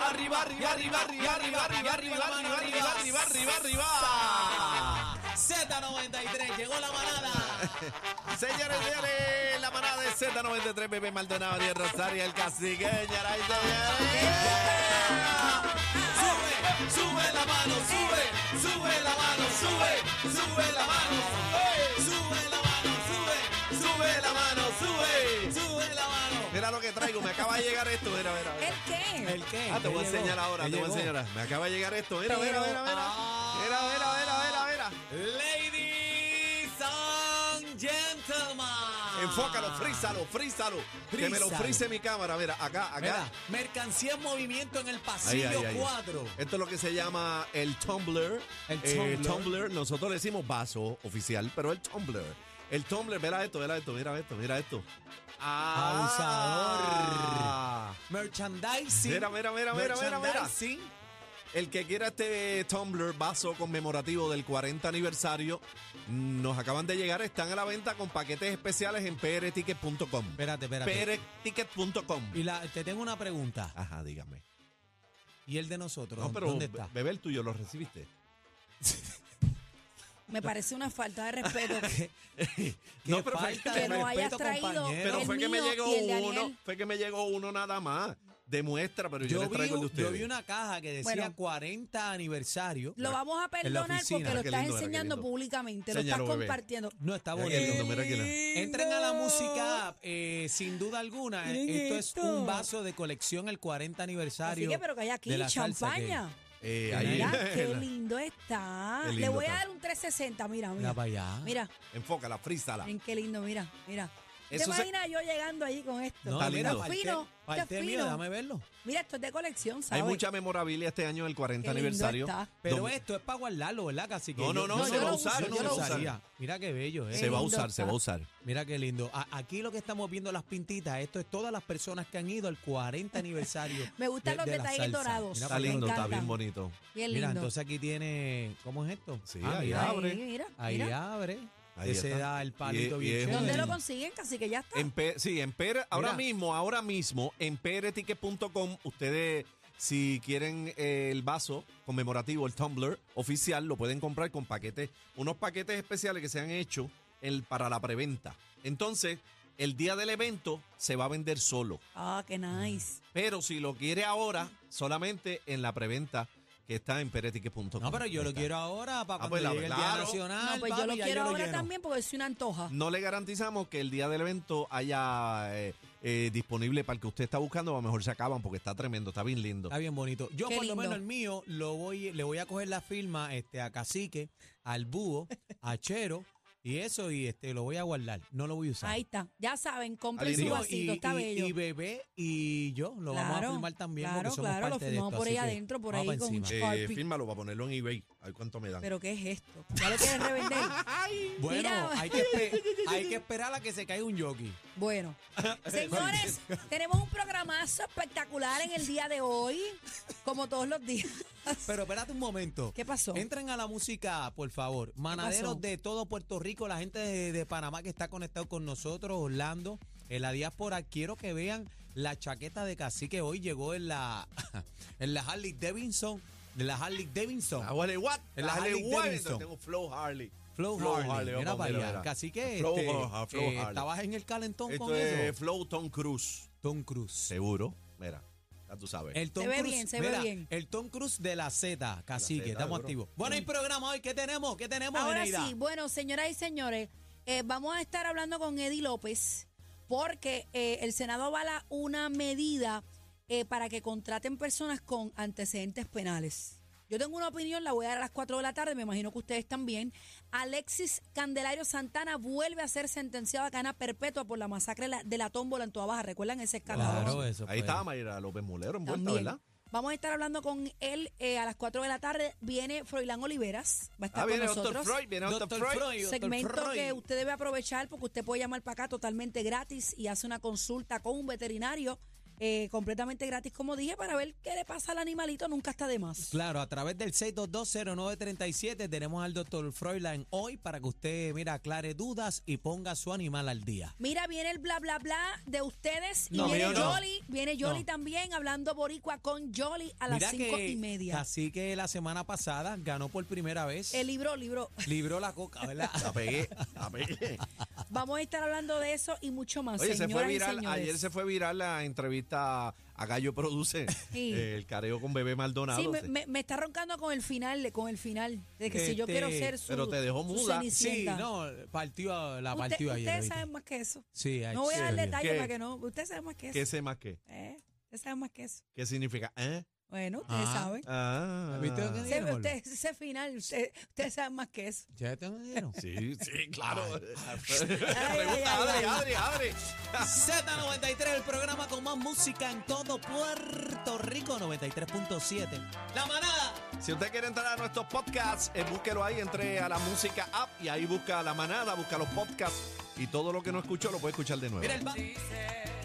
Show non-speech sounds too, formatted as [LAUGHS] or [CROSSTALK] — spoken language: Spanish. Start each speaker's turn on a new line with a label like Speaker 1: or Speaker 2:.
Speaker 1: arriba, arriba, arriba, arriba, arriba, arriba, arriba, arriba, arriba, arriba, arriba, arriba.
Speaker 2: Z93, llegó la manada.
Speaker 1: Señores, señores, la manada de Z93, Bebé Maldonado, Diez Rosario, el cacique, Yaray,
Speaker 2: Sube, sube la mano, sube, sube la mano, sube, sube la mano, sube, sube la mano, sube,
Speaker 1: sube la mano, sube.
Speaker 2: sube la mano.
Speaker 1: Mira lo que traigo, me acaba de llegar esto, mira, mira. mira.
Speaker 3: ¿El qué?
Speaker 2: ¿El qué?
Speaker 1: Ah, te voy a
Speaker 2: ¿Qué llegó?
Speaker 1: enseñar ahora,
Speaker 2: ¿Qué
Speaker 1: te voy a
Speaker 2: llegó? ah.
Speaker 1: enseñar. ahora. Me acaba de llegar esto, mira, mira,
Speaker 3: Pero-
Speaker 1: mira, mira. Mira, mira, mira, mira, mira.
Speaker 2: Ladies ah. and gentlemen.
Speaker 1: Enfócalo, frízalo, frízalo. Que me lo
Speaker 2: Frízalo.
Speaker 1: fríce mi cámara, mira, acá, acá.
Speaker 2: Mira, mercancía en movimiento en el
Speaker 1: Ahí, ahí,
Speaker 2: pasillo
Speaker 1: ahí.
Speaker 2: 4.
Speaker 1: Esto es lo que se llama el Tumblr.
Speaker 2: El
Speaker 1: Eh,
Speaker 2: Tumblr.
Speaker 1: Tumblr, nosotros le decimos vaso oficial, pero el Tumblr. El Tumblr, mira esto, mira esto, mira esto, mira esto.
Speaker 2: Ah. Merchandising.
Speaker 1: Mira, mira, mira, mira, mira, mira.
Speaker 2: Merchandising.
Speaker 1: El que quiera este Tumblr vaso conmemorativo del 40 aniversario, mm, nos acaban de llegar, están a la venta con paquetes especiales en prticket.com.
Speaker 2: Espérate, espérate.
Speaker 1: prticket.com.
Speaker 2: Y la- te tengo una pregunta.
Speaker 1: Ajá, dígame.
Speaker 2: ¿Y el de nosotros?
Speaker 1: No, pero
Speaker 2: ¿Dónde está?
Speaker 1: bebé el tuyo, ¿lo recibiste?
Speaker 3: Me parece una falta de respeto
Speaker 1: no, pero fue
Speaker 2: falta
Speaker 1: que-
Speaker 3: que no hayas
Speaker 2: respeto,
Speaker 3: traído
Speaker 2: compañero.
Speaker 1: Pero
Speaker 3: el
Speaker 1: fue que me
Speaker 3: mío
Speaker 1: llegó
Speaker 3: y el de
Speaker 1: uno,
Speaker 3: Ariel.
Speaker 1: fue que me llegó uno nada más. Demuestra, pero yo,
Speaker 2: Yo
Speaker 1: les
Speaker 2: vi,
Speaker 1: traigo el de
Speaker 2: yo
Speaker 1: ustedes.
Speaker 2: vi una caja que decía
Speaker 3: Bueno.
Speaker 2: 40 aniversario.
Speaker 3: Lo vamos a perdonar
Speaker 2: oficina.
Speaker 3: porque lo
Speaker 1: Qué
Speaker 3: estás
Speaker 1: lindo, qué
Speaker 3: enseñando
Speaker 1: lindo.
Speaker 3: públicamente, lo
Speaker 1: Señalo,
Speaker 3: estás
Speaker 1: bebé.
Speaker 3: compartiendo.
Speaker 2: No, está
Speaker 1: Mira
Speaker 2: bonito.
Speaker 1: qué lindo, mira qué lindo.
Speaker 2: Entren a la música app, eh, sin duda alguna. eh,
Speaker 3: Miren
Speaker 2: Esto es
Speaker 3: esto.
Speaker 2: un vaso de colección el 40 aniversario.
Speaker 3: Así que, pero que hay aquí
Speaker 2: de la salsa que-
Speaker 3: champaña.
Speaker 1: Eh, ahí, [LAUGHS]
Speaker 3: Mira,
Speaker 1: la-
Speaker 3: qué lindo está.
Speaker 1: Qué
Speaker 3: Le
Speaker 1: lindo
Speaker 3: voy a
Speaker 1: está.
Speaker 3: dar un 360, mira,
Speaker 2: Mira
Speaker 3: mira.
Speaker 2: para allá.
Speaker 3: Mira,
Speaker 1: enfócala, frízala.
Speaker 3: miren qué lindo, mira, mira. ¿Te
Speaker 1: Eso se-
Speaker 3: imaginas yo llegando ahí con esto?
Speaker 2: No,
Speaker 1: Está
Speaker 2: mira,
Speaker 1: lindo.
Speaker 2: parte-
Speaker 3: Fino,
Speaker 2: parte
Speaker 3: está
Speaker 2: mío,
Speaker 3: fino.
Speaker 2: déjame verlo.
Speaker 3: Mira, esto es de colección,
Speaker 1: Hay
Speaker 3: ¿sabes?
Speaker 1: mucha memorabilia este año del 40
Speaker 3: Qué lindo
Speaker 1: aniversario.
Speaker 3: está.
Speaker 2: Pero
Speaker 1: Dom-
Speaker 2: esto es para guardarlo, ¿verdad? Casi que
Speaker 1: No,
Speaker 2: yo-
Speaker 1: no, no,
Speaker 2: yo
Speaker 3: se va a
Speaker 2: lo-
Speaker 3: usar,
Speaker 2: yo
Speaker 3: no se va a
Speaker 1: usar.
Speaker 2: usaría. Mira qué bello, ¿eh?
Speaker 1: se va a
Speaker 3: lindo
Speaker 1: usar, se
Speaker 3: está.
Speaker 1: va a usar.
Speaker 2: Mira qué lindo. A- aquí lo que estamos viendo las pintitas, esto es todas las personas que han ido al 40 aniversario.
Speaker 3: [LAUGHS] Me gustan los
Speaker 2: la
Speaker 3: detalles
Speaker 2: salsa.
Speaker 3: dorados.
Speaker 2: Mira,
Speaker 1: Está
Speaker 2: pues, me
Speaker 1: lindo, está
Speaker 3: encantan.
Speaker 1: bien bonito.
Speaker 3: Qué lindo.
Speaker 2: Mira, entonces aquí tiene, ¿cómo es esto?
Speaker 1: Sí,
Speaker 2: Ah,
Speaker 1: ahí
Speaker 2: mira,
Speaker 3: Ahí,
Speaker 1: abre.
Speaker 3: mira,
Speaker 2: Ahí
Speaker 3: mira.
Speaker 2: abre.
Speaker 1: Ahí
Speaker 2: que se
Speaker 1: está.
Speaker 2: da el palito
Speaker 1: Y- y
Speaker 2: bien
Speaker 1: es un-
Speaker 2: chévere.
Speaker 3: ¿Dónde lo consiguen? Casi que ya está.
Speaker 1: En P- sí, en P- ahora mismo, ahora mismo, en prticket.com, ustedes, si quieren eh, el vaso conmemorativo, el Tumblr oficial, lo pueden comprar con paquetes, unos paquetes especiales que se han hecho el- para la preventa. Entonces, el día del evento se va a vender solo.
Speaker 3: Ah, qué nice.
Speaker 1: Pero si lo quiere ahora, solamente en la preventa que está en prticket.com.
Speaker 2: No, pero yo
Speaker 1: Ahí
Speaker 2: lo
Speaker 1: está.
Speaker 2: quiero ahora para
Speaker 1: Ah,
Speaker 2: cuando
Speaker 1: pues, la-
Speaker 2: llegue el Día
Speaker 1: claro.
Speaker 2: Nacional.
Speaker 3: no, pues yo
Speaker 2: Ah, papi,
Speaker 3: lo
Speaker 2: ya
Speaker 3: quiero ahora
Speaker 2: lleno.
Speaker 3: también porque soy una antoja.
Speaker 1: No le garantizamos que el día del evento haya eh, eh, disponible para el que usted está buscando, a lo mejor se acaban porque está tremendo, está bien lindo.
Speaker 2: Está bien bonito. Yo
Speaker 3: Qué
Speaker 2: por lo
Speaker 3: lindo.
Speaker 2: menos el mío lo voy, le voy a coger la firma este, a Cacique, al Búho, a Chero y eso y este lo voy a guardar. No lo voy a usar.
Speaker 3: Ahí está. Ya saben, compren su
Speaker 1: Alirio,
Speaker 3: vasito, está
Speaker 2: y-
Speaker 3: bello.
Speaker 2: y bebé y yo lo vamos a
Speaker 3: Claro,
Speaker 2: firmar también
Speaker 3: claro,
Speaker 2: porque somos
Speaker 3: claro, lo
Speaker 2: parte de
Speaker 3: firmamos
Speaker 2: esto,
Speaker 3: por
Speaker 2: así
Speaker 3: ahí
Speaker 2: que
Speaker 3: adentro, por
Speaker 2: vamos
Speaker 3: ahí
Speaker 2: pa'
Speaker 3: con
Speaker 2: encima.
Speaker 3: un Harpic.
Speaker 1: Eh, fírmalo para ponerlo en eBay, a ver cuánto me dan.
Speaker 3: Pero ¿qué es esto? Ya lo quieres revender.
Speaker 2: [LAUGHS] Bueno,
Speaker 3: Mira.
Speaker 2: hay, que
Speaker 3: [LAUGHS]
Speaker 2: espe- hay que esperar a que se caiga un jockey. [LAUGHS]
Speaker 3: Bueno, señores, tenemos un programazo espectacular en el día de hoy, como todos los días.
Speaker 2: Pero espérate un momento.
Speaker 3: ¿Qué pasó?
Speaker 2: Entren a la música, por favor. Manaderos de todo Puerto Rico, la gente de, de Panamá que está conectado con nosotros, Orlando, en la diáspora. Quiero que vean la chaqueta de cacique. Hoy llegó en la, [LAUGHS] en la Harley Davidson. De la Harley Davidson.
Speaker 1: Ah, vale, what?
Speaker 2: En la
Speaker 1: Ah, vale,
Speaker 2: Harley
Speaker 1: what?
Speaker 2: Davidson.
Speaker 1: Tengo Flow Harley.
Speaker 2: Flow, Harley. Mira
Speaker 1: vamos,
Speaker 2: para
Speaker 1: mira,
Speaker 2: allá.
Speaker 1: mira.
Speaker 2: Cacique,
Speaker 1: Flow,
Speaker 2: este,
Speaker 1: ah, Flow
Speaker 2: eh,
Speaker 1: Harley.
Speaker 2: estabas en el calentón
Speaker 1: Esto
Speaker 2: con
Speaker 1: es
Speaker 2: eso.
Speaker 1: Flow Tom Cruise.
Speaker 2: Tom Cruise.
Speaker 1: Seguro. Mira, ya tú sabes.
Speaker 2: El Tom
Speaker 3: ve
Speaker 2: Cruise,
Speaker 3: bien, se ve
Speaker 2: mira,
Speaker 3: bien.
Speaker 2: El Tom Cruise de la Z, cacique,
Speaker 1: De la Z,
Speaker 2: estamos
Speaker 1: duro.
Speaker 2: activos. Bueno, hay programa hoy, ¿qué tenemos? ¿Qué tenemos,
Speaker 3: Ahora
Speaker 2: Eneida?
Speaker 3: sí, bueno, señoras y señores, eh, vamos a estar hablando con Eddie López porque eh, el Senado avala una medida eh, para que contraten personas con antecedentes penales. Yo tengo una opinión, la voy a dar a las 4 de la tarde, me imagino que ustedes también. Alexis Candelario Santana vuelve a ser sentenciado a cana perpetua por la masacre la- de la tómbola en Toa Baja. ¿Recuerdan ese escándalo?
Speaker 2: Claro, eso fue.
Speaker 1: Ahí estaba Mayra López Mulero envuelta,
Speaker 3: También.
Speaker 1: ¿verdad?
Speaker 3: Vamos a estar hablando con él eh, a las 4 de la tarde. Viene Froilán Oliveras, va a estar
Speaker 1: Ah, viene
Speaker 3: con
Speaker 1: Dr.
Speaker 3: nosotros
Speaker 1: Freud, viene Dr.
Speaker 2: Dr.
Speaker 1: Freud.
Speaker 2: Freud, Dr.
Speaker 3: segmento
Speaker 2: Freud.
Speaker 3: que usted debe aprovechar porque usted puede llamar para acá totalmente gratis y hace una consulta con un veterinario. eh, completamente gratis, como dije, para ver qué le pasa al animalito, nunca está de más.
Speaker 2: Claro, a través del 6220937 tenemos al doctor Froilan hoy para que usted, mira, aclare dudas y ponga su animal al día.
Speaker 3: Mira, viene el bla bla bla de ustedes y
Speaker 2: No,
Speaker 3: viene
Speaker 2: mío no.
Speaker 3: Jolly, viene Jolly
Speaker 2: No.
Speaker 3: también hablando boricua con Jolly a las cinco y media.
Speaker 2: Así que la semana pasada ganó por primera vez.
Speaker 3: El libro, libro.
Speaker 2: libró la coca,
Speaker 3: [LAUGHS]
Speaker 2: ¿verdad?
Speaker 1: La pegué, la pegué.
Speaker 3: Vamos a estar hablando de eso y mucho más.
Speaker 1: Oye, se fue
Speaker 3: señoras y
Speaker 1: viral,
Speaker 3: señores.
Speaker 1: ayer se fue viral la entrevista a Gallo Produce,
Speaker 3: [LAUGHS] Sí.
Speaker 1: eh, el careo con Bebé Maldonado.
Speaker 3: Sí, me,
Speaker 1: Sí.
Speaker 3: me- me está roncando con el final, de- con el final. De que si yo
Speaker 2: Este,
Speaker 3: quiero ser su.
Speaker 1: pero te dejó
Speaker 3: su
Speaker 1: muda. Sí,
Speaker 2: Sí,
Speaker 3: Cenicienta.
Speaker 2: no, partió, la
Speaker 3: Usted-
Speaker 2: partió ayer.
Speaker 3: Ustedes
Speaker 2: ¿oíste?
Speaker 3: saben más que eso.
Speaker 2: Sí, ayer.
Speaker 3: No voy a dar
Speaker 2: Sí.
Speaker 3: detalles
Speaker 1: ¿Qué?
Speaker 3: para que no. Ustedes saben más que eso.
Speaker 1: ¿Qué sé más qué?
Speaker 3: Eh, ustedes saben más que eso.
Speaker 1: ¿Qué significa? ¿Eh?
Speaker 3: Bueno, ustedes
Speaker 2: Ah.
Speaker 3: saben.
Speaker 1: Ah.
Speaker 2: ¿Viste lo que
Speaker 3: Ese-
Speaker 2: Míralo.
Speaker 3: usted- ese final, usted- ustedes saben más que eso.
Speaker 2: Ya te dieron.
Speaker 1: Sí, sí, claro. [LAUGHS]
Speaker 3: ay, ay,
Speaker 1: Pregunta,
Speaker 3: ay.
Speaker 1: Adri, Adri, Adri.
Speaker 2: Z93, el programa con más música en todo Puerto Rico, 93.7. La manada.
Speaker 1: [LAUGHS] Si usted quiere entrar a nuestros podcasts, eh, búsquelo ahí, entre a la música app y ahí busca la manada, busca los podcasts y todo lo que no escuchó lo puede escuchar de nuevo.
Speaker 2: Mira el ba-
Speaker 4: dice